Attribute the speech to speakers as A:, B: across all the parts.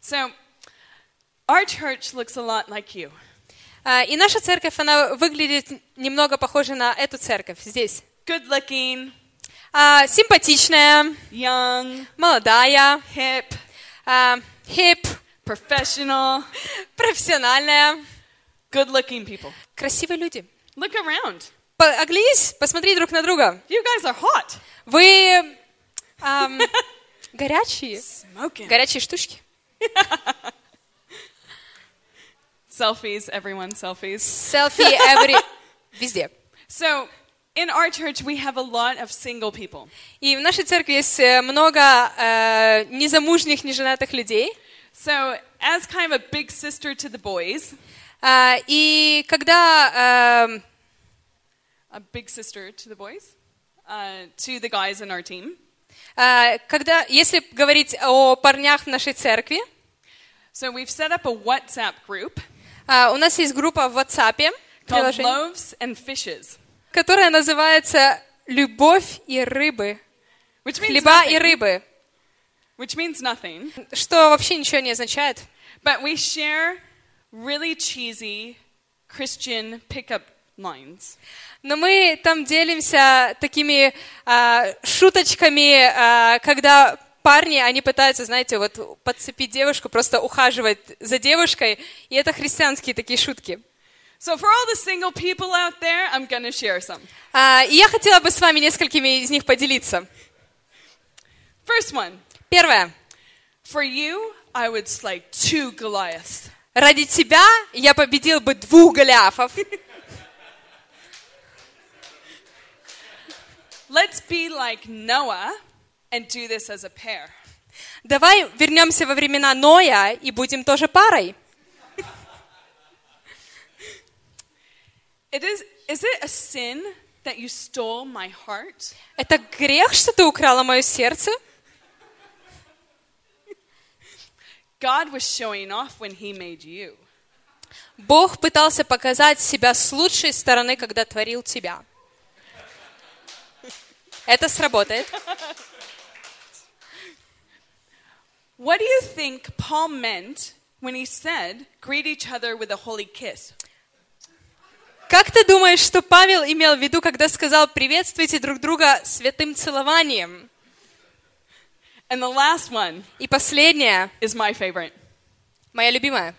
A: So, our church looks a lot like you.
B: А, И наша церковь, она выглядит немного похожа на эту церковь здесь.
A: Good looking,
B: А, Симпатичная,
A: young,
B: молодая,
A: hip,
B: а, хип,
A: professional,
B: профессиональная,
A: good looking people.
B: красивые люди.
A: Look around.
B: По- Оглянись, посмотри друг на друга.
A: You guys are hot.
B: Вы ам, горячие,
A: Smoking.
B: горячие штучки.
A: Selfies, everyone, selfies.
B: Селфи every- везде.
A: So, in our church, we have a lot of single people.
B: И в нашей церкви есть э, много э, незамужних, неженатых людей.
A: So, as kind of a big sister to the boys,
B: А, и когда эм,
A: a big sister to the boys, uh, to the guys in our team.
B: А, Когда, если говорить о парнях в нашей церкви,
A: So, we've set up a WhatsApp group
B: а, у нас есть группа в WhatsApp,
A: called
B: приложение,
A: Loaves and Fishes,
B: которая называется «Любовь и рыбы».
A: which means,
B: Хлеба и
A: nothing,
B: рыбы,
A: which means nothing.
B: что вообще ничего не означает.
A: But we share really cheesy Christian pickup lines.
B: Но мы там делимся такими а, шуточками, а, когда парни, они пытаются, знаете, вот подцепить девушку, просто ухаживать за девушкой, и это христианские такие шутки.
A: So, for all the single people out there, I'm going to share some.
B: А, и я хотела бы с вами несколькими из них поделиться.
A: First one
B: Первое.
A: For you, I would slay two Goliaths.
B: Ради тебя я победил бы двух голиафов.
A: Let's be like Noah and do this as a pair.
B: Давай вернемся во времена Ноя и будем тоже парой.
A: It is, is it a sin that you stole my heart?
B: Это грех, что ты украла мое сердце?
A: God was showing off when he made you.
B: Бог пытался показать себя с лучшей стороны, когда творил тебя. Это сработает.
A: What do you think Paul meant when he said, greet each other with a holy kiss?
B: Как ты думаешь, что Павел имел в виду, когда сказал «приветствуйте друг друга святым целованием»?
A: And the last one
B: И последнее,
A: is my favorite.
B: моя любимая.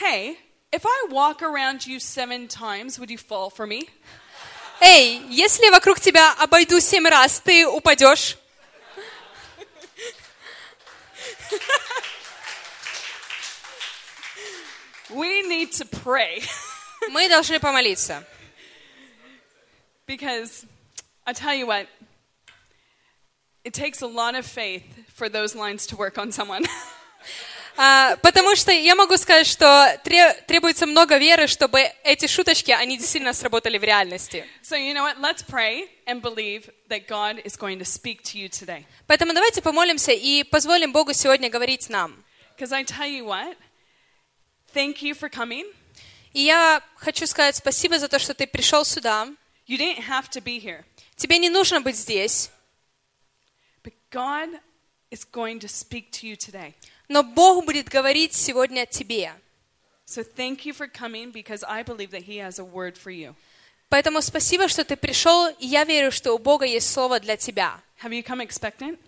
A: Hey, if I walk around you seven times, would you fall for me?
B: Эй, если я вокруг тебя обойду семь раз, ты упадешь?
A: We need to pray
B: Мы должны помолиться.
A: because I tell you what, it takes a lot of faith for those lines to work on someone.
B: А, потому что я могу сказать, что тре- требуется много веры, чтобы эти шуточки, они действительно сработали в реальности.
A: So, you know what? Let's pray and believe that God is going to speak to you today.
B: Поэтому давайте помолимся и позволим Богу сегодня говорить нам.
A: Because I tell you what, thank you for coming.
B: И я хочу сказать спасибо за то, что ты пришел сюда.
A: You didn't have to be here,
B: Тебе не нужно быть здесь,
A: but God is going to speak to you today.
B: но Бог будет говорить сегодня тебе.
A: So, thank you for coming because I believe that He has a word for you.
B: Поэтому спасибо, что ты пришел, и я верю, что у Бога есть слово для тебя.
A: Have you come expectant?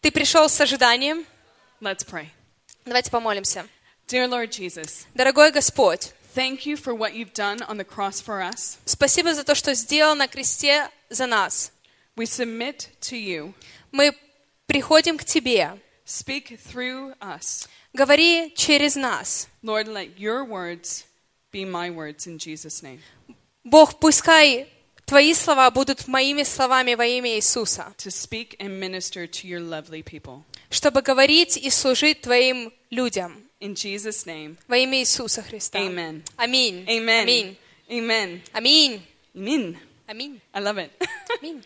B: Ты пришел с ожиданием.
A: Let's pray.
B: Давайте помолимся.
A: Dear Lord Jesus,
B: Дорогой Господь,
A: thank you for what you've done on the cross for us.
B: Спасибо за то, что сделал на кресте за нас.
A: We submit to you.
B: Мы приходим к Тебе.
A: Speak through us.
B: Говори через нас.
A: Lord, let your words be my words in Jesus' name.
B: Бог, пускай Твои слова будут моими словами во имя Иисуса,
A: to speak and minister to your lovely people.
B: чтобы говорить и служить Твоим людям
A: In Jesus' name,
B: во имя Иисуса Христа.
A: amen.
B: Аминь.
A: Amen.
B: Аминь.
A: Amen.
B: Аминь.
A: Amen.
B: Аминь.
A: I love it.
B: Аминь.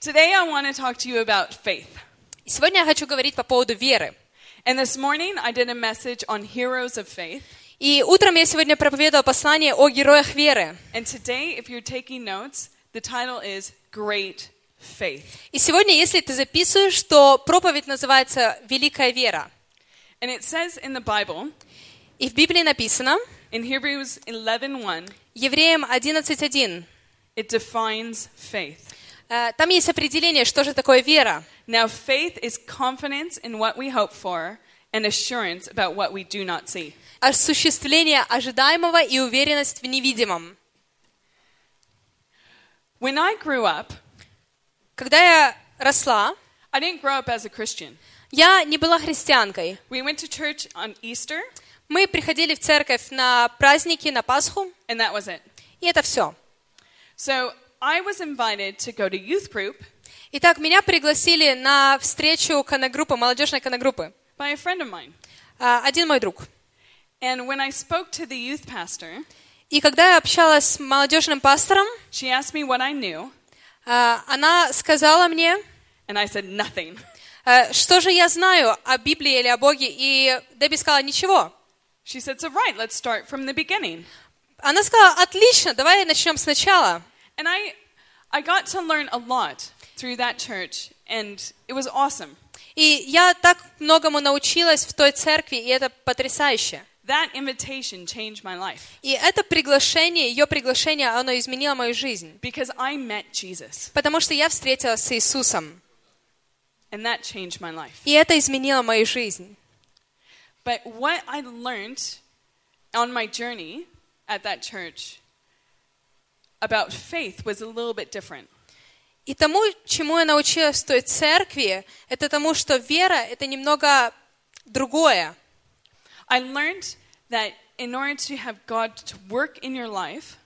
A: Today, I want to talk to you about faith.
B: И сегодня я хочу говорить по поводу веры.
A: And this morning, I did a message on heroes of faith.
B: И утром я сегодня проповедовала послание о героях веры.
A: And today, if you're taking notes, the title is Great Faith.
B: И сегодня, если ты записываешь, то проповедь называется «Великая вера».
A: And it says in the Bible,
B: И в Библии написано,
A: in Hebrews 11:1,
B: Евреям 11.1,
A: it defines faith.
B: э, там есть определение, что же такое вера.
A: Now, faith is confidence in what we hope for and assurance about what we do not see.
B: Осуществление ожидаемого и уверенность в невидимом.
A: When I grew up,
B: Когда я росла,
A: I didn't grow up as a Christian.
B: я не была христианкой.
A: We went to church on Easter,
B: Мы приходили в церковь на праздники, на Пасху,
A: and that was it.
B: и это все.
A: So I was invited to go to youth group
B: Итак, меня пригласили на встречу коногруппы, молодежной коногруппы.
A: by a friend of mine.
B: А, Один мой друг.
A: And when I spoke to the youth pastor,
B: И когда я общалась с молодежным пастором,
A: she asked me what I knew,
B: а, она сказала мне,
A: and I said nothing.
B: э, что же я знаю о Библии или о Боге, и Дебби сказала, ничего.
A: She said, So, right, let's start from the beginning.
B: Она сказала, отлично, давай начнем сначала.
A: And I, I got to learn a lot through that church, and it was awesome.
B: И я так многому научилась в той церкви, и это потрясающе.
A: That invitation changed my life
B: И это приглашение, ее приглашение, оно изменило мою жизнь.
A: because I met Jesus,
B: Потому что я встретилась с Иисусом.
A: and that changed my life.
B: И это изменило мою жизнь.
A: But what I learned on my journey at that church about faith was a little bit different.
B: И тому, чему я научилась в той церкви, это тому, что вера — это немного другое.
A: I learned that in order to have God to work in your life,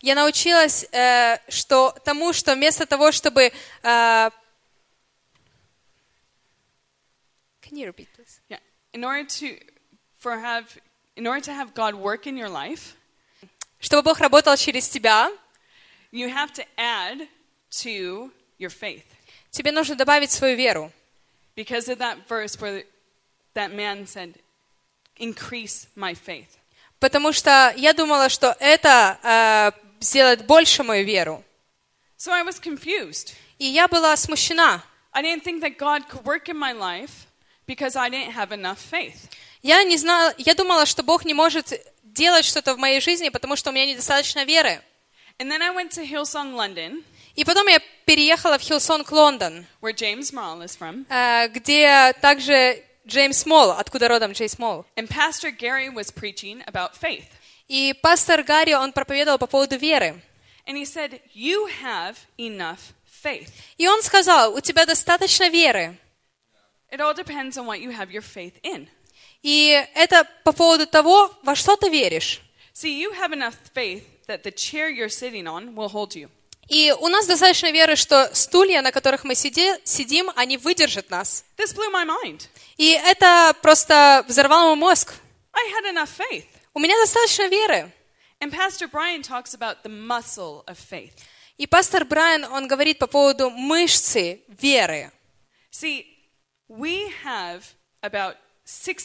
B: Я научилась э, что, тому, что вместо того, чтобы... э, Can you repeat, please?
A: yeah, in order to for have in order to have God work in your life,
B: Чтобы Бог работал через тебя,
A: you have to add to your faith.
B: тебе нужно добавить свою веру.
A: Because of that verse where that man said, "Increase my faith."
B: Потому что я думала, что это э, сделает больше мою веру.
A: So I was confused.
B: И я была смущена.
A: I didn't think that God could work in my life because I didn't have enough faith.
B: Я не знала, я думала, что Бог не может делать что-то в моей жизни, потому что у меня недостаточно веры.
A: And then I went to Hillsong London,
B: И потом я переехала в Хилсонг, Лондон,
A: where James Marl is from,
B: э, где также Джеймс Молл, откуда родом Джеймс Молл.
A: and Pastor Gary was preaching about faith.
B: И пастор Гарри, он проповедовал по поводу веры.
A: And he said, You have enough faith.
B: И он сказал, у тебя достаточно веры.
A: It all depends on what you have your faith in.
B: И это по поводу того, во что ты веришь.
A: See, you have enough faith that the chair you're sitting on will hold you.
B: И у нас достаточно веры, что стулья, на которых мы сиде- сидим, они выдержат нас.
A: This blew my mind.
B: И это просто взорвало мой мозг.
A: I had enough faith.
B: У меня достаточно веры.
A: And Pastor Brian talks about the muscle of faith.
B: И пастор Брайан, он говорит по поводу мышцы веры.
A: See, we have about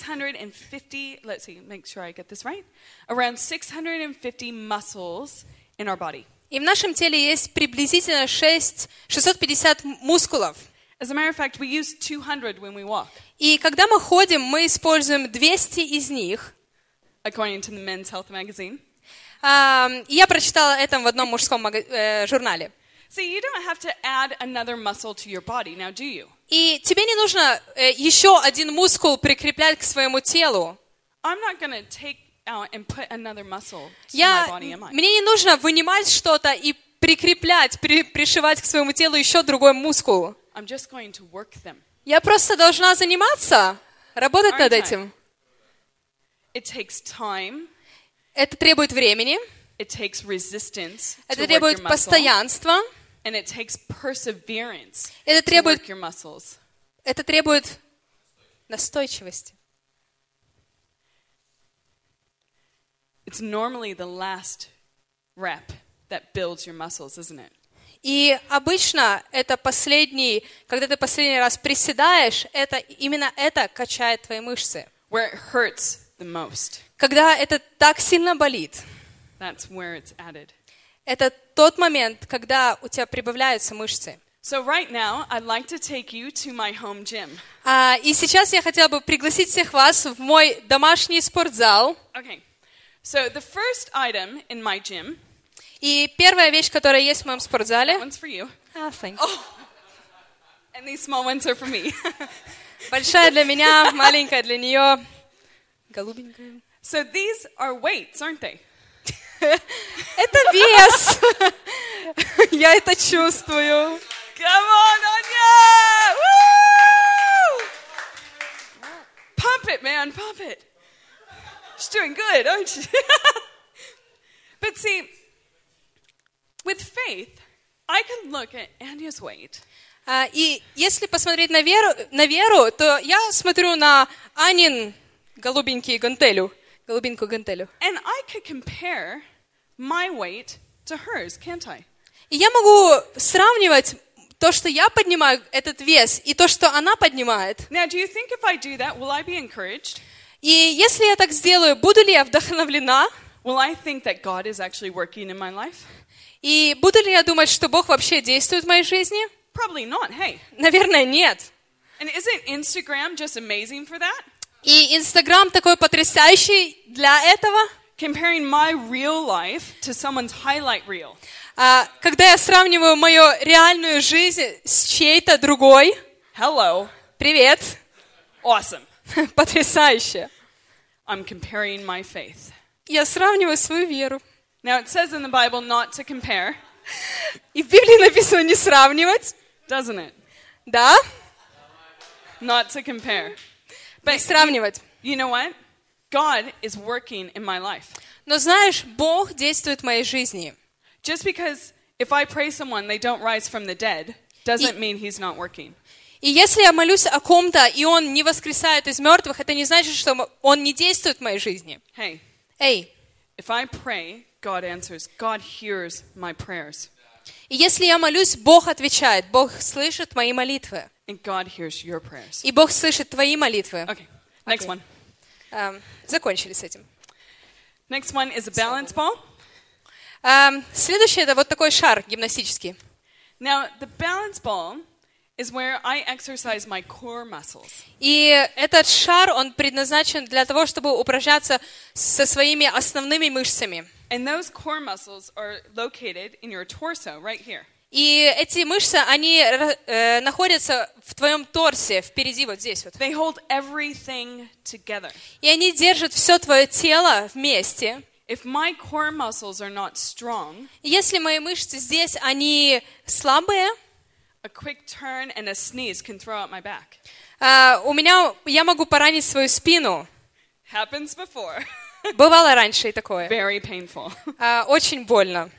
A: 650, let's see, make sure I get this right, around 650 muscles in our body.
B: И в нашем теле есть приблизительно 6, 650 мускулов.
A: As a matter of fact, we use 200 when we walk,
B: И когда мы ходим, мы используем 200 из них.
A: according to the Men's Health magazine.
B: А, и я прочитала это в одном мужском мага- э, журнале.
A: See, you don't have to add another muscle to your body now, do you?
B: И тебе не нужно э, еще один мускул прикреплять к своему телу.
A: I'm not going to take out and put another muscle to my
B: Я,
A: body, am I?
B: мне не нужно вынимать что-то и прикреплять, при- пришивать к своему телу еще другой мускул.
A: I'm just going to work them.
B: Я просто должна заниматься, работать над
A: Aren't I?
B: этим.
A: It takes time.
B: Это требует времени,
A: It takes resistance to
B: это
A: work your
B: требует
A: muscle,
B: постоянства,
A: and it takes perseverance
B: Это
A: to
B: требует-
A: work your muscles.
B: это требует настойчивости.
A: It's normally the last rep that builds your muscles, isn't it?
B: И обычно это последний, когда ты последний раз приседаешь, это именно это качает твои мышцы.
A: Where it hurts the most.
B: Когда это так сильно болит,
A: That's where it's added.
B: это тот момент, когда у тебя прибавляются мышцы.
A: So, right now, I'd like to take you to my home gym.
B: А, и сейчас я хотела бы пригласить всех вас в мой домашний спортзал.
A: Okay, so the first item in my gym,
B: И первая вещь, которая есть в моем
A: that
B: спортзале...
A: one's for you,
B: А, thanks.
A: and these small ones are for me.
B: Большая для меня, маленькая для нее. Голубенькая.
A: so, these are weights, aren't they?
B: Это вес. Я это чувствую.
A: Come on, Anya! Woo! Pump it, man, pump it. She's doing good, aren't you? but see, with faith, I can look at Anya's weight
B: А, И если посмотреть на веру, на веру, то я смотрю на Анин голубенький гантелю. Голубинку гантелю.
A: and I could compare my weight to hers, can't I?
B: И я могу сравнивать то, что я поднимаю, этот вес, и то, что она поднимает.
A: Now, do you think if I do that, will I be encouraged?
B: И если я так сделаю, буду ли я вдохновлена?
A: Will I think that God is actually working in my life?
B: И буду ли я думать, что Бог вообще действует в моей жизни?
A: Probably not, hey.
B: Наверное, нет.
A: And isn't Instagram just amazing for that?
B: И Инстаграм такой потрясающий для этого.
A: comparing my real life to someone's highlight reel.
B: А, когда я сравниваю мою реальную жизнь с чьей-то другой,
A: Hello,
B: привет,
A: awesome.
B: потрясающе.
A: I'm comparing my faith.
B: Я сравниваю свою веру.
A: Now it says in the Bible not to compare,
B: И в Библии написано не сравнивать,
A: doesn't it?
B: да,
A: Not to compare.
B: не сравнивать.
A: You know what? God is working in my life.
B: Но знаешь, Бог действует в моей жизни.
A: Just because if I pray someone they don't rise from the dead doesn't mean he's not working.
B: И если я молюсь о ком-то, и он не воскресает из мертвых, это не значит, что м- он не действует в моей жизни.
A: Hey,
B: Эй,
A: if I pray, God answers. God hears my prayers.
B: и если я молюсь, Бог отвечает, Бог слышит мои молитвы.
A: And God hears your prayers.
B: И Бог слышит твои молитвы.
A: Okay, next
B: Okay.
A: one.
B: Эм, закончили с этим.
A: Next one is a balance ball.
B: Эм, следующее это вот такой шар гимнастический.
A: Now, the balance ball is where I exercise my core muscles.
B: И этот шар, он предназначен для того, чтобы упражняться со своими основными мышцами.
A: And those core muscles are located in your torso right here.
B: И эти мышцы, они э, находятся в твоем торсе, впереди, вот здесь вот.
A: They hold everything together.
B: И они держат все твое тело вместе.
A: If my core muscles are not strong,
B: И Если мои мышцы здесь, они слабые,
A: a quick turn and a sneeze can throw out my back.
B: а, у меня, я могу поранить свою спину.
A: Happens before.
B: Бывало раньше и такое.
A: Very painful.
B: А, очень больно.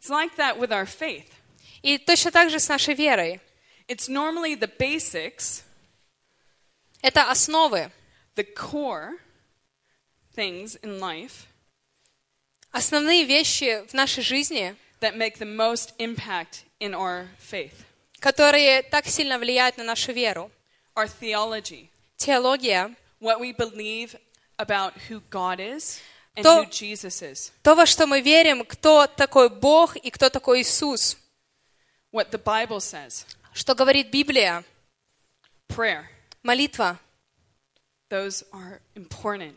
A: It's like that with our faith.
B: И точно так же с нашей верой.
A: It's normally the basics,
B: Это основы,
A: the core things in life
B: основные вещи в нашей жизни,
A: that make the most impact in our faith.
B: которые так сильно влияют на нашу веру.
A: our theology,
B: Теология,
A: what we believe about who God is and
B: То-
A: who Jesus is,
B: то, во что мы верим, кто такой Бог и кто такой Иисус,
A: what the Bible says,
B: что говорит Библия,
A: prayer.
B: молитва,
A: Those are important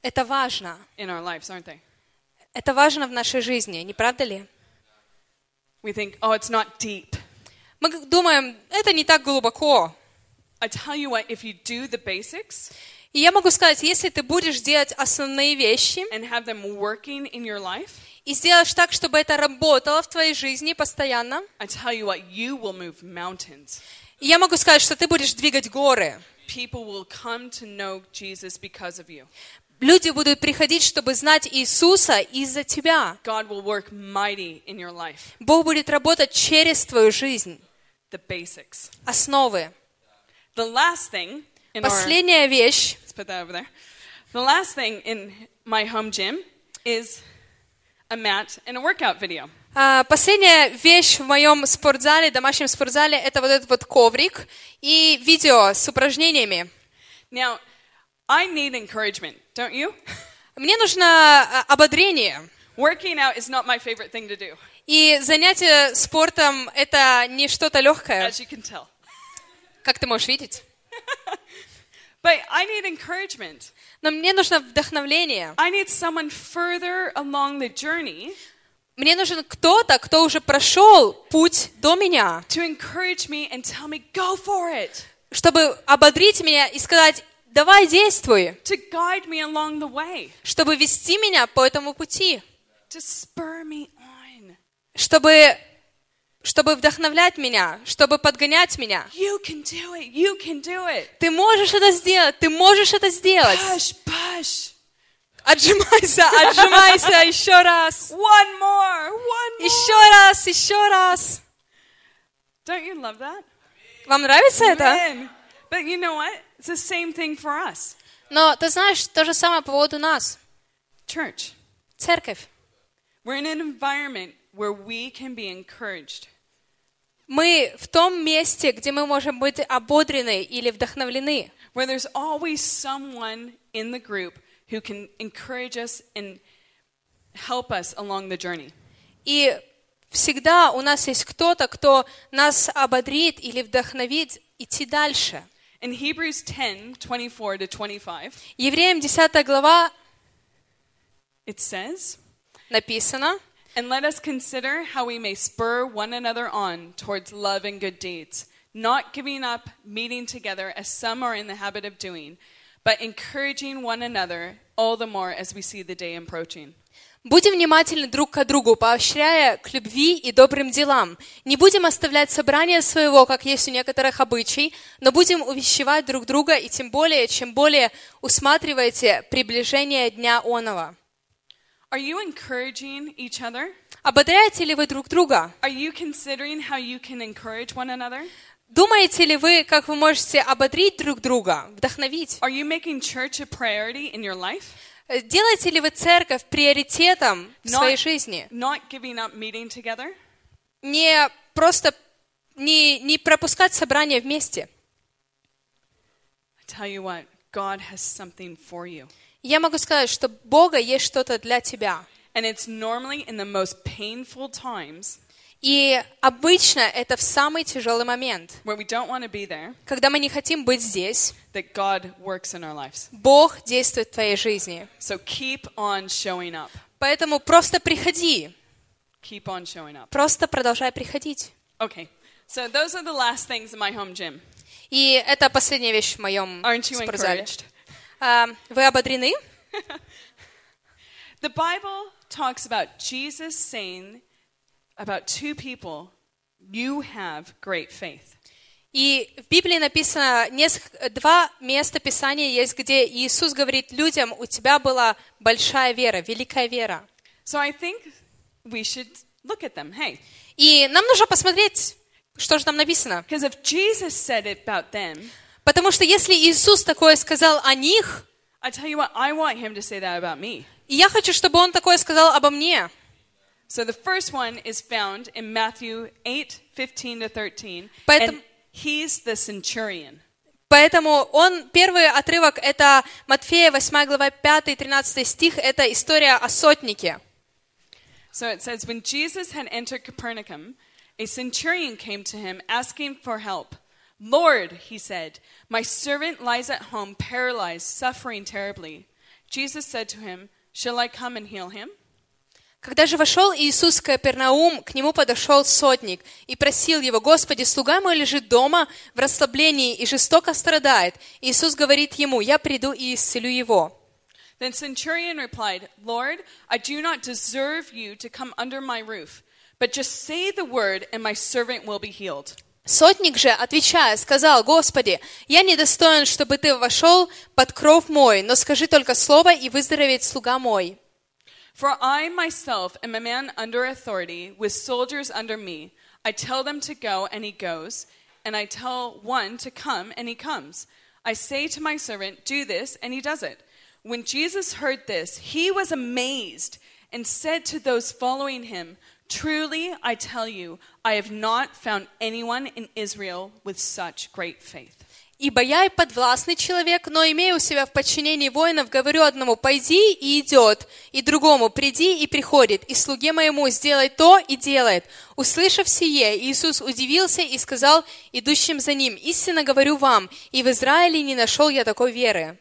B: это важно.
A: in our lives, aren't they?
B: Это важно в нашей жизни, не правда ли?
A: We think, oh, it's not deep.
B: Мы г- думаем, это не так глубоко.
A: I tell you what, if you do the basics
B: И я могу сказать, если ты будешь делать основные вещи
A: and have them working in your life,
B: и сделаешь так, чтобы это работало в твоей жизни постоянно,
A: I tell you what, you will move mountains.
B: и я могу сказать, что ты будешь двигать горы.
A: People will come to know Jesus because of you.
B: Люди будут приходить, чтобы знать Иисуса из-за тебя.
A: God will work mighty in your life.
B: Бог будет работать через твою жизнь.
A: The basics.
B: Основы.
A: The last thing in our
B: Последняя вещь.
A: Let's put that over there. The last thing in my home gym is a mat and a workout video.
B: А, Последняя вещь в моем спортзале, домашнем спортзале, это вот этот вот коврик и видео с упражнениями.
A: Now, I need encouragement, don't you?
B: Мне нужно а, ободрение.
A: Working out is not my favorite thing to do.
B: И занятие спортом — это не что-то легкое,
A: as you can tell.
B: как ты можешь видеть.
A: But I need encouragement.
B: Но мне нужно вдохновление.
A: I need someone further along the journey
B: Мне нужен кто-то, кто уже прошел путь до меня,
A: to encourage me and tell me, go for it,
B: чтобы ободрить меня и сказать, давай действуй,
A: to guide me along the way,
B: чтобы вести меня по этому пути,
A: to spur me on.
B: чтобы, чтобы вдохновлять меня, чтобы подгонять меня.
A: You can do it. You can do it.
B: Ты можешь это сделать, ты можешь это сделать.
A: Push, push.
B: Отжимайся, отжимайся еще раз.
A: One more, one more.
B: Еще раз, еще раз.
A: Don't you love that?
B: Вам нравится это?
A: Man. But you know what? It's the same thing for us.
B: Но ты знаешь, то же самое по поводу нас.
A: Church,
B: Церковь.
A: we're in an environment where we can be encouraged.
B: Мы в том месте, где мы можем быть ободрены или вдохновлены.
A: where there's always someone in the group who can encourage us and help us along the journey.
B: И всегда у нас есть кто-то, кто нас ободрит или вдохновит идти дальше.
A: In Hebrews 10 24 to 25,
B: Евреям 10 глава
A: it says,
B: написано,
A: And let us consider how we may spur one another on towards love and good deeds, not giving up meeting together as some are in the habit of doing, but encouraging one another all the more as we see the day approaching.
B: Будем внимательны друг к другу, поощряя к любви и добрым делам. Не будем оставлять собрание своего, как есть у некоторых обычай, но будем увещевать друг друга, и тем более, чем более усматриваете приближение дня оного.
A: Are you encouraging each other?
B: Ободряете ли вы друг друга?
A: Are you considering how you can encourage one another?
B: Думаете ли вы, как вы можете ободрить друг друга, вдохновить?
A: Are you making church a priority in your life?
B: Э, Делаете ли вы церковь приоритетом в
A: Но-
B: своей жизни?
A: Not giving up meeting together?
B: Не просто не, не пропускать собрание вместе.
A: I tell you what, God has something for you.
B: Я могу сказать, что Бога есть что-то для тебя.
A: And it's normally in the most painful times
B: И обычно это в самый тяжелый момент,
A: where we don't want to be there
B: когда мы не хотим быть здесь.
A: that God works in our lives.
B: Бог действует в твоей жизни.
A: So keep on showing up.
B: Поэтому просто приходи,
A: Keep on showing up.
B: просто продолжай приходить.
A: Okay. So those are the last things in my home gym.
B: И это последняя вещь в моем
A: Aren't you
B: спортзале.
A: encouraged?
B: А, Вы ободрены?
A: The Bible talks about Jesus saying about two people, you have great faith.
B: И в Библии написано несколько, два места Писания есть, где Иисус говорит людям, у тебя была большая вера, великая вера.
A: So I think we should look at them. Hey,
B: И нам нужно посмотреть, что же там написано.
A: because if Jesus said it about them,
B: Потому что если Иисус такое сказал о них,
A: I tell you what, I want him to say that about me.
B: И я хочу, чтобы он такое сказал обо мне.
A: So the first one is found in Matthew 8 15 to 13.
B: Поэтому-
A: And he's the centurion.
B: Поэтому он, первый отрывок, это Матфея 8 глава 5-13 стих, это история о сотнике.
A: So it says, When Jesus had entered Capernaum, a centurion came to him asking for help. Lord, he said, my servant lies at home paralyzed, suffering terribly. Jesus said to him, Shall I come and heal him?
B: Когда же вошел Иисус в Капернаум, к нему подошел сотник и просил его, «Господи, слуга мой лежит дома в расслаблении и жестоко страдает». Иисус говорит ему, «Я приду и исцелю его».
A: Then Centurion replied, Lord, I do not deserve you to come under my roof, but just say the word, and my servant will be healed.
B: Сотник же, отвечая, сказал, «Господи, я недостоин, чтобы ты вошел под кров мой, но скажи только слово, и выздоровеет слуга мой».
A: For I myself am a man under authority, with soldiers under me. I tell them to go, and he goes, and I tell one to come, and he comes. I say to my servant, Do this, and he does it. When Jesus heard this, he was amazed and said to those following him, Truly, I tell you, I have not found anyone in Israel with such great faith.
B: Ибо я и подвластный человек, но имею у себя в подчинении воинов, говорю одному, пойди и идет, и другому, приди и приходит, и слуге моему сделай то и делает. Услышав сие, Иисус удивился и сказал идущим за ним, истинно говорю вам, и в Израиле не нашел я такой веры.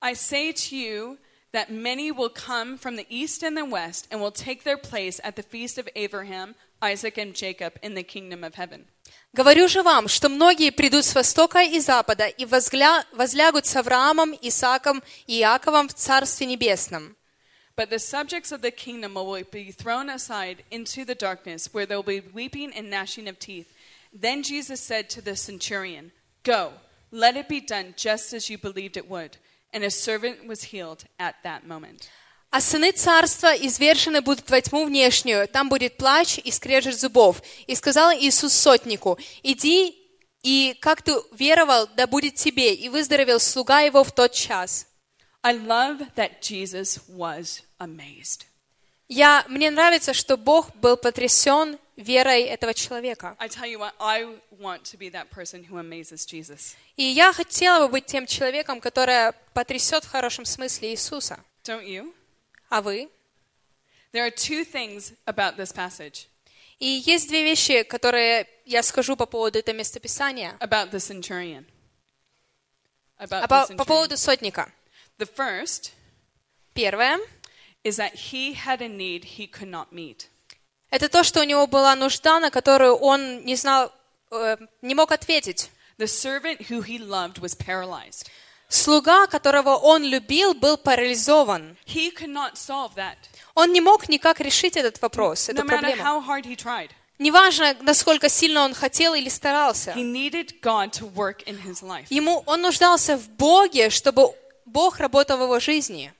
A: I say to you that many will come from the east and the west and will take their place at the feast of Abraham, Isaac, and Jacob in the kingdom of heaven.
B: Говорю же вам, что многие придут с востока и запада и возгля- возлягут с Авраамом, Исааком и Иаковом в Царстве Небесном.
A: But the subjects of the kingdom will be thrown aside into the darkness, where there will be weeping and gnashing of teeth. Then Jesus said to the centurion, Go, let it be done just as you believed it would. And his servant was healed at that moment.
B: А сыны царства извержены будут во тьму внешнюю, там будет плач и скрежет зубов. И сказал Иисус сотнику, иди, и как ты веровал, да будет тебе, и выздоровел слуга его в тот час.
A: I love that Jesus was amazed.
B: Я, мне нравится, что Бог был потрясен верой этого человека.
A: I tell you what, I want to be that person who amazes Jesus.
B: И я хотела бы быть тем человеком, который потрясет в хорошем смысле Иисуса.
A: Don't you?
B: А вы?
A: There are two things about this passage
B: И есть две вещи, которые я скажу по поводу этого местописания.
A: about the centurion. About
B: А по,
A: the
B: по
A: centurion.
B: поводу сотника.
A: The first
B: Первое
A: is that he had a need he could not meet.
B: — это то, что у него была нужда, на которую он не знал, э, не мог ответить.
A: The servant who he loved was paralyzed.
B: Слуга, которого он любил, был парализован.
A: He could not solve that,
B: Он не мог никак решить этот вопрос,
A: no
B: эту
A: matter
B: проблему.
A: how hard he tried.
B: Неважно, насколько сильно он хотел или старался.
A: He needed God to work in his life.
B: Ему он нуждался в Боге, чтобы Бог работал в его жизни.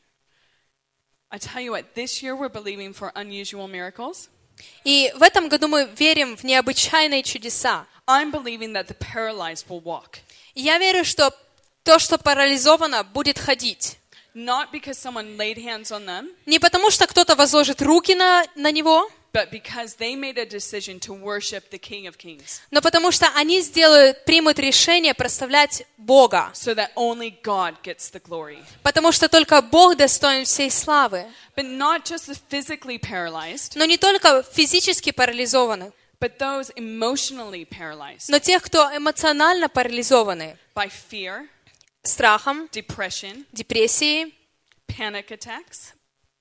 A: I tell you what, this year we're believing for unusual miracles.
B: И в этом году мы верим в необычайные чудеса.
A: I'm believing that the paralyzed will walk.
B: И я верю, что то, что парализовано, будет ходить.
A: Not because someone laid hands on them,
B: Не потому, что кто-то возложит руки на, на него,
A: but because they made a decision to worship the King of Kings
B: но потому что они сделают, примут решение прославлять Бога.
A: so that only God gets the glory.
B: Потому что только Бог достоин всей славы.
A: But not just the physically paralyzed,
B: Но не только физически парализованных,
A: but those emotionally paralyzed
B: но тех, кто эмоционально парализованы
A: by fear,
B: страхом,
A: depression,
B: депрессией,
A: panic attacks.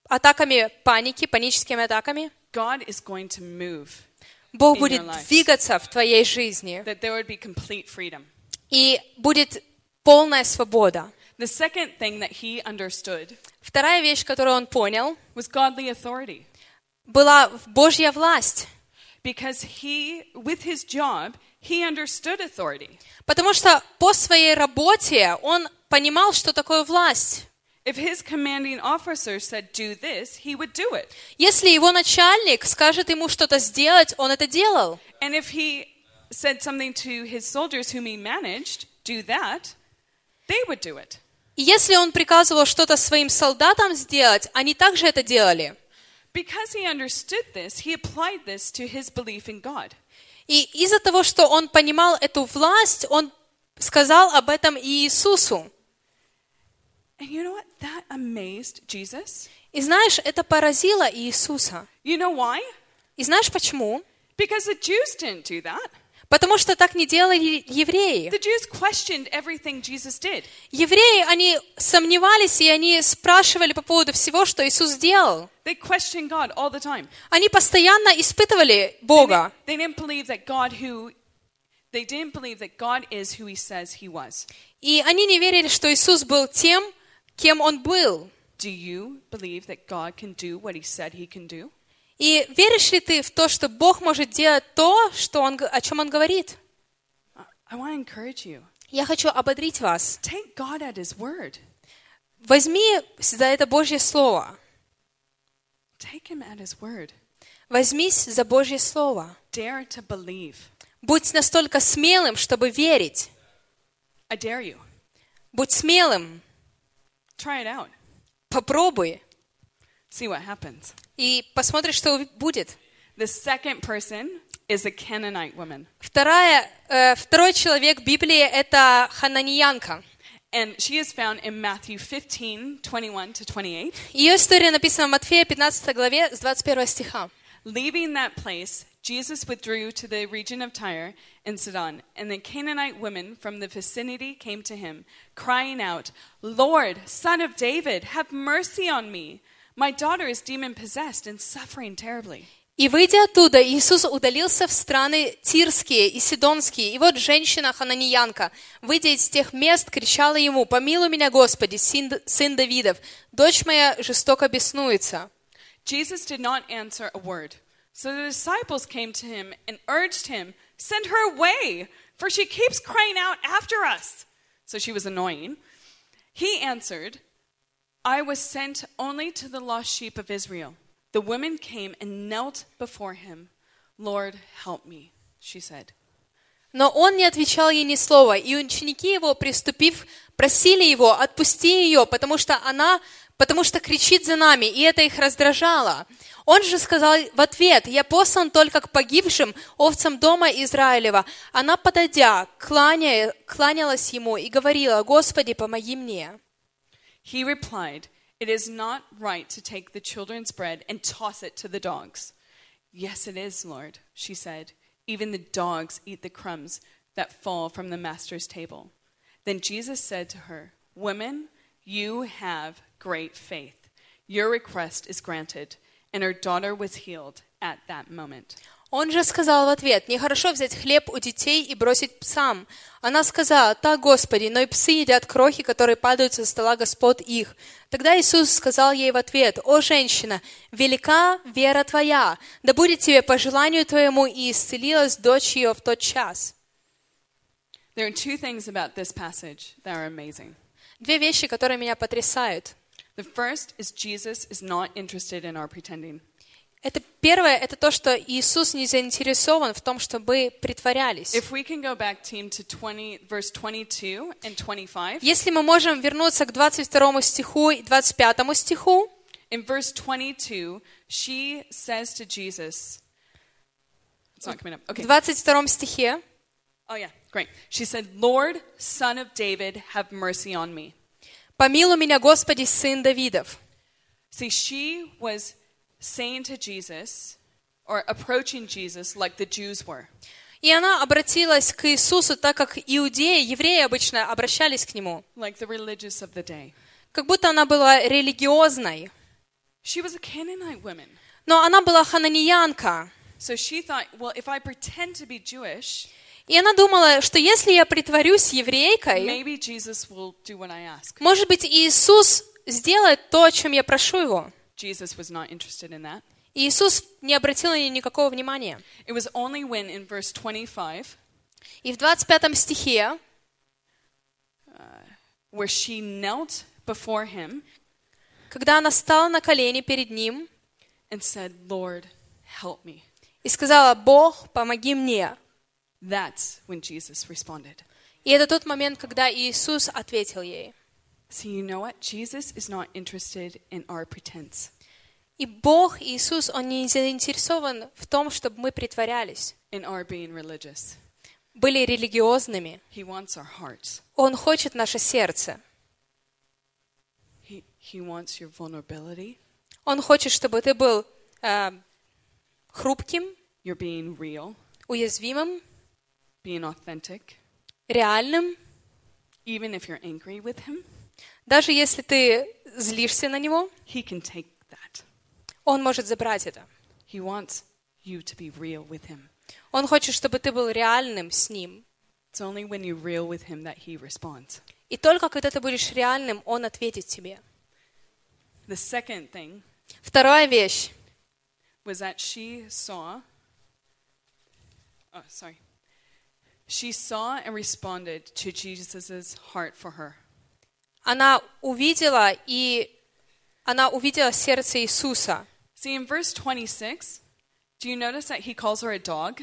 B: атаками паники, паническими атаками.
A: God is going to move,
B: Бог
A: In
B: будет
A: your lives.
B: двигаться в твоей жизни,
A: that there would be complete freedom.
B: и будет полная свобода.
A: The second thing that he understood
B: Вторая вещь, которую он понял,
A: was godly authority.
B: была в- Божья власть.
A: Because he, with his job, he understood authority.
B: Потому что по своей работе он понимал, что такое власть.
A: If his commanding officer said, do this, he would do it.
B: Если его начальник скажет ему что-то сделать, он это делал.
A: And if he said something to his soldiers whom he managed, do that, they would do it.
B: И если он приказывал что-то своим солдатам сделать, они также это делали.
A: Because he understood this, he applied this to his belief in God.
B: И из-за того, что он понимал эту власть, он сказал об этом и Иисусу.
A: And you know what? That amazed Jesus.
B: И знаешь, это поразило Иисуса.
A: You know why?
B: И знаешь почему?
A: Because the Jews didn't do that.
B: Потому что так не делали евреи.
A: The Jews questioned everything Jesus did.
B: Евреи, они сомневались, и они спрашивали по поводу всего, что Иисус делал.
A: They questioned God all the time.
B: Они постоянно испытывали
A: They
B: Бога.
A: didn't, they didn't believe that God who they didn't believe that God is who he says he was.
B: И они не верили, что Иисус был тем, кем Он был.
A: Do you believe that God can do what he said he can do?
B: И веришь ли ты в то, что Бог может делать то, что он, г- о чем Он говорит?
A: I- I want to encourage you.
B: Я хочу ободрить вас.
A: Take God at his word.
B: Возьми за это Божье Слово.
A: Take him at his word.
B: Возьмись за Божье Слово.
A: Dare to believe.
B: Будь настолько смелым, чтобы верить.
A: I dare you.
B: Будь смелым.
A: Try it out.
B: Попробуй.
A: See what happens.
B: И посмотри, что будет.
A: The second person is a Canaanite woman.
B: Вторая, э, второй человек Библии — это Хананьянка.
A: And she is found in Matthew 15, 21 to 28.
B: Ее история написана в Матфея 15 главе с 21 стиха.
A: Leaving that place, Jesus withdrew to the region of Tyre and Sidon, and the Canaanite women from the vicinity came to him, crying out, Lord, son of David, have mercy on me. My daughter is demon possessed and suffering terribly.
B: И выйдя оттуда, Иисус удалился в страны Тирские и Сидонские. И вот женщина Хананьянка, выйдя из тех мест, кричала ему, «Помилуй меня, Господи, син, Д- сын Давидов, дочь моя жестоко беснуется».
A: Jesus did not answer a word. So the disciples came to him and urged him, Send her away, for she keeps crying out after us. So she was annoying. He answered, I was sent only to the lost sheep of Israel. The women came and knelt before him. Lord, help me, she said.
B: Но он не отвечал ей ни слова, и ученики его, приступив, просили его, отпусти ее, потому что она, потому что кричит за нами, и это их раздражало. Он же сказал в ответ, я послан только к погибшим овцам дома Израилева. Она, подойдя, кланя- кланялась ему и говорила, Господи, помоги мне.
A: He replied, It is not right to take the children's bread and toss it to the dogs. Yes, it is, Lord, she said. Even the dogs eat the crumbs that fall from the master's table. Then Jesus said to her, Woman, you have great faith. Your request is granted. And her daughter was healed at that moment.
B: Он же сказал в ответ, нехорошо взять хлеб у детей и бросить псам. Она сказала, так, Господи, но и псы едят крохи, которые падают со стола господ их. Тогда Иисус сказал ей в ответ, о женщина, велика вера твоя, да будет тебе по желанию твоему, и исцелилась дочь ее в тот час.
A: There are two things about this passage that are amazing.
B: Две вещи, которые меня потрясают.
A: The first is Jesus is not interested in our pretending.
B: Это первое, это то, что Иисус не заинтересован в том, чтобы притворялись.
A: If we can go back, team, to 20, verse 22 and 25.
B: Если мы можем вернуться к 22 стиху и 25 стиху,
A: In verse 22, she says to Jesus, It's not coming up.
B: В
A: Okay.
B: 22 стихе.
A: Oh, yeah, great. She said, Lord, son of David, have mercy on me.
B: «Помилуй меня, Господи, сын Давидов».
A: See, she was saying to Jesus or approaching Jesus like the Jews were.
B: И она обратилась к Иисусу, так как иудеи, евреи обычно обращались к нему,
A: Like the religious of the day.
B: как будто она была религиозной.
A: She was a Canaanite woman.
B: Но она была хананиянка.
A: So she thought, well, if I pretend to be Jewish,
B: И она думала, что если я притворюсь еврейкой,
A: maybe Jesus will do what I ask.
B: может быть, Иисус сделает то, о чем я прошу его.
A: Jesus was not interested in that.
B: И Иисус не обратил на нее никакого внимания.
A: It was only when in verse 25,
B: И в 25 стихе,
A: where she knelt before him
B: когда она стала на колени перед ним
A: and said, Lord, help me,
B: и сказала, «Бог, помоги мне»,
A: that's when Jesus responded.
B: И это тот момент, когда Иисус ответил ей.
A: So, you know what? Jesus is not interested in our pretense.
B: И Бог, Иисус, Он не заинтересован в том, чтобы мы притворялись,
A: In our being religious,
B: были религиозными.
A: he wants our hearts.
B: Он хочет наше сердце.
A: He, he wants your vulnerability,
B: Он хочет, чтобы ты был э, хрупким,
A: your being real,
B: уязвимым,
A: being authentic,
B: реальным,
A: even if you're angry with him.
B: даже если ты злишься на Него,
A: He can take that.
B: Он может забрать это.
A: He wants you to be real with him.
B: Он хочет, чтобы ты был реальным с Ним.
A: It's only when you're real with him that he responds.
B: И только когда ты будешь реальным, Он ответит тебе.
A: The second thing
B: Вторая вещь.
A: was that she saw. Oh, sorry. She saw and responded to Jesus' heart for her.
B: она увидела и она увидела сердце Иисуса.
A: See, in verse 26, do you notice that he calls her a dog?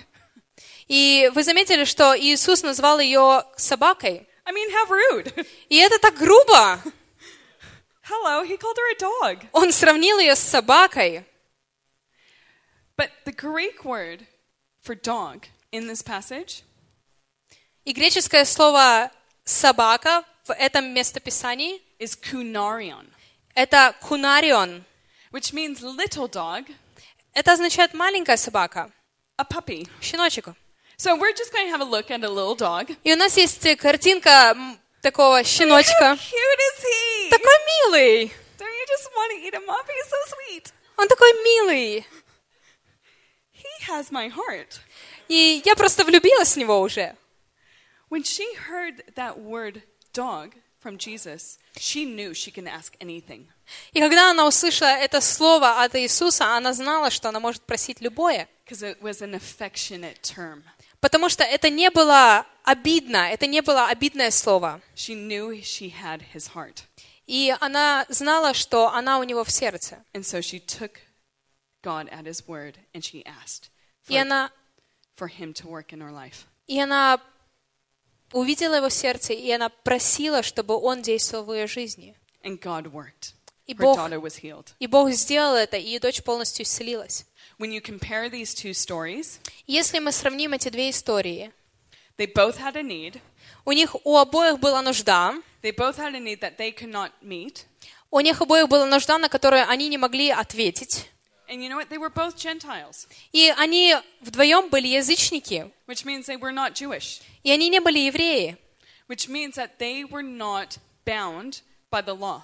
B: И вы заметили, что Иисус назвал ее собакой.
A: I mean, how rude.
B: И это так грубо.
A: Hello, he called her a dog.
B: Он сравнил ее с собакой.
A: But the Greek word for dog in this passage
B: И греческое слово «собака» в этом местописании
A: is kunarion,
B: — это «кунарион».
A: which means little dog,
B: Это означает «маленькая собака»,
A: a puppy.
B: щеночек.
A: So we're just going to have a look at a little dog.
B: И у нас есть э, картинка м, такого щеночка.
A: cute is he?
B: Такой милый!
A: Don't you just want to eat him up? He's so sweet.
B: Он такой милый!
A: He has my heart.
B: И я просто влюбилась в него уже.
A: When she heard that word dog from Jesus, she knew she can ask anything.
B: И когда она услышала это слово от Иисуса, она знала, что она может просить любое.
A: Because it was an affectionate term.
B: Потому что это не было обидно, это не было обидное слово.
A: She knew she had his heart.
B: И она знала, что она у него в сердце.
A: And so she took God at his word and she asked
B: И
A: for,
B: она,
A: for him to work in her life.
B: и она увидела его сердце, и она просила, чтобы он действовал в ее жизни.
A: And God worked.
B: И
A: Her
B: Бог,
A: daughter was healed.
B: и Бог сделал это, и ее дочь полностью исцелилась.
A: When you compare these two stories,
B: Если мы сравним эти две истории,
A: they both had a need.
B: у них у обоих была нужда,
A: They both had a need that they could not meet.
B: у них обоих была нужда, на которую они не могли ответить.
A: And you know what? They were both Gentiles,
B: И они вдвоем были язычники,
A: which means they were not Jewish,
B: и они не были евреи.
A: which means that they were not bound by the law.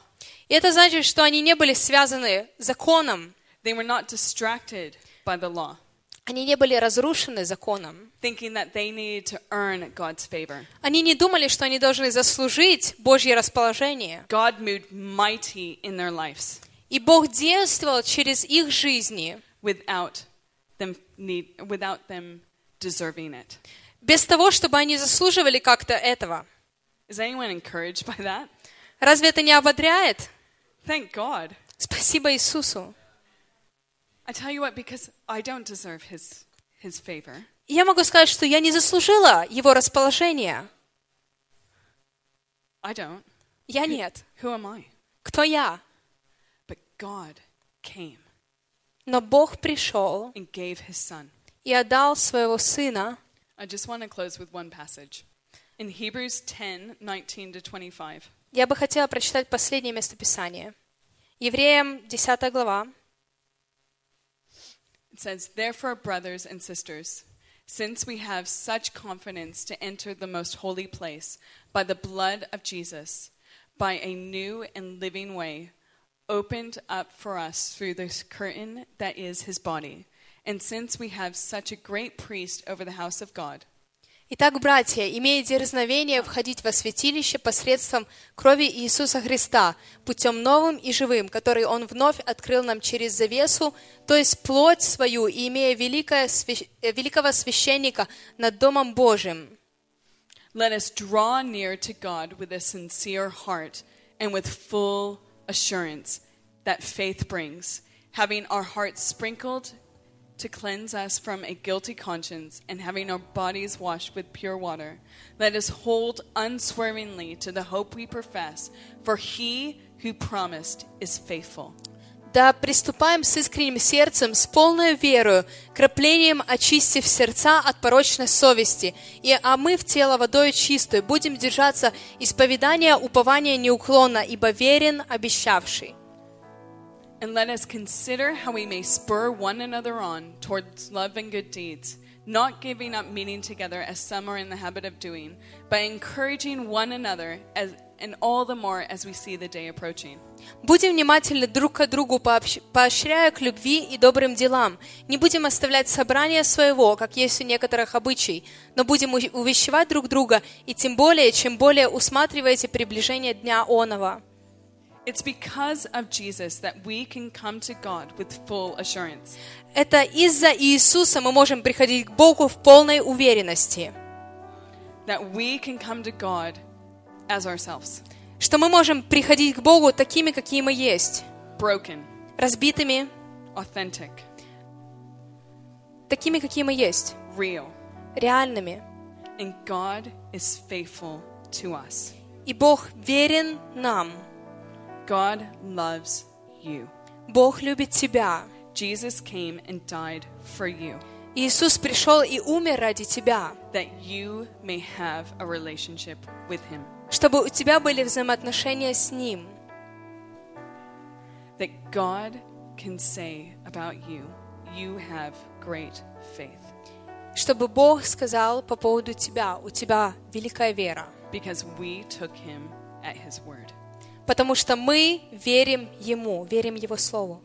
B: И это значит, что они не были связаны законом,
A: They were not distracted by the law,
B: они не были разрушены законом.
A: thinking that they needed to earn God's favor.
B: Они не думали, что они должны заслужить Божье расположение.
A: God moved mighty in their lives
B: И Бог действовал через их жизни,
A: without them need without them deserving it.
B: без того, чтобы они заслуживали как-то этого.
A: Is anyone encouraged by that?
B: Разве это не ободряет?
A: Thank God.
B: Спасибо Иисусу.
A: I tell you what, because I don't deserve his his favor.
B: И Я могу сказать, что я не заслужила его расположения.
A: I don't.
B: Я нет.
A: Who am I?
B: Кто я?
A: But God came
B: Но Бог пришел
A: and gave his son.
B: и отдал своего сына.
A: I just want to close with one passage. In Hebrews 10 19 to 25,
B: Я бы хотела прочитать последнее местописание. Евреям 10 глава.
A: it says, Therefore, brothers and sisters, since we have such confidence to enter the most holy place by the blood of Jesus, by a new and living way opened up for us through this curtain that is his body, and since we have such a great priest over the house of God,
B: Итак, братья, имея дерзновение входить во святилище посредством крови Иисуса Христа, путем новым и живым, который Он вновь открыл нам через завесу, то есть плоть свою, и имея великое свя- э, великого священника над Домом Божиим,
A: Let us draw near to God with a sincere heart and with full assurance that faith brings, having our hearts sprinkled to cleanse us from a guilty conscience and having our bodies washed with pure water. Let us hold unswervingly to the hope we profess, for he who promised is faithful.
B: Да приступаем с искренним сердцем, с полной верою, краплением очистив сердца от порочной совести, и омыв тело водою чистую, будем держаться исповедания упования неуклонно, ибо верен обещавший.
A: And let us consider how we may spur one another on towards love and good deeds, not giving up meeting together as some are in the habit of doing, but encouraging one another as, and all the more as we see the day approaching.
B: Будем внимательны друг к другу, пообщ- поощряя к любви и добрым делам. Не будем оставлять собрание своего, как есть у некоторых обычай, но будем у- увещевать друг друга, и тем более, чем более усматриваете приближение дня Онова.
A: It's because of Jesus that we can come to God with full assurance.
B: Это из-за Иисуса мы можем приходить к Богу в полной уверенности,
A: That we can come to God as ourselves,
B: что мы можем приходить к Богу такими, какие мы есть,
A: broken,
B: разбитыми,
A: authentic,
B: такими, какие мы есть,
A: real.
B: реальными.
A: And God is faithful to us.
B: И Бог верен нам.
A: God loves you.
B: Бог любит тебя.
A: Jesus came and died for you.
B: Иисус пришел и умер ради тебя,
A: that you may have a relationship with Him.
B: чтобы у тебя были взаимоотношения с Ним,
A: That God can say about you, you have great faith.
B: чтобы Бог сказал по поводу тебя, у тебя великая вера,
A: Because we took Him at His word.
B: потому что мы верим Ему, верим Его Слову.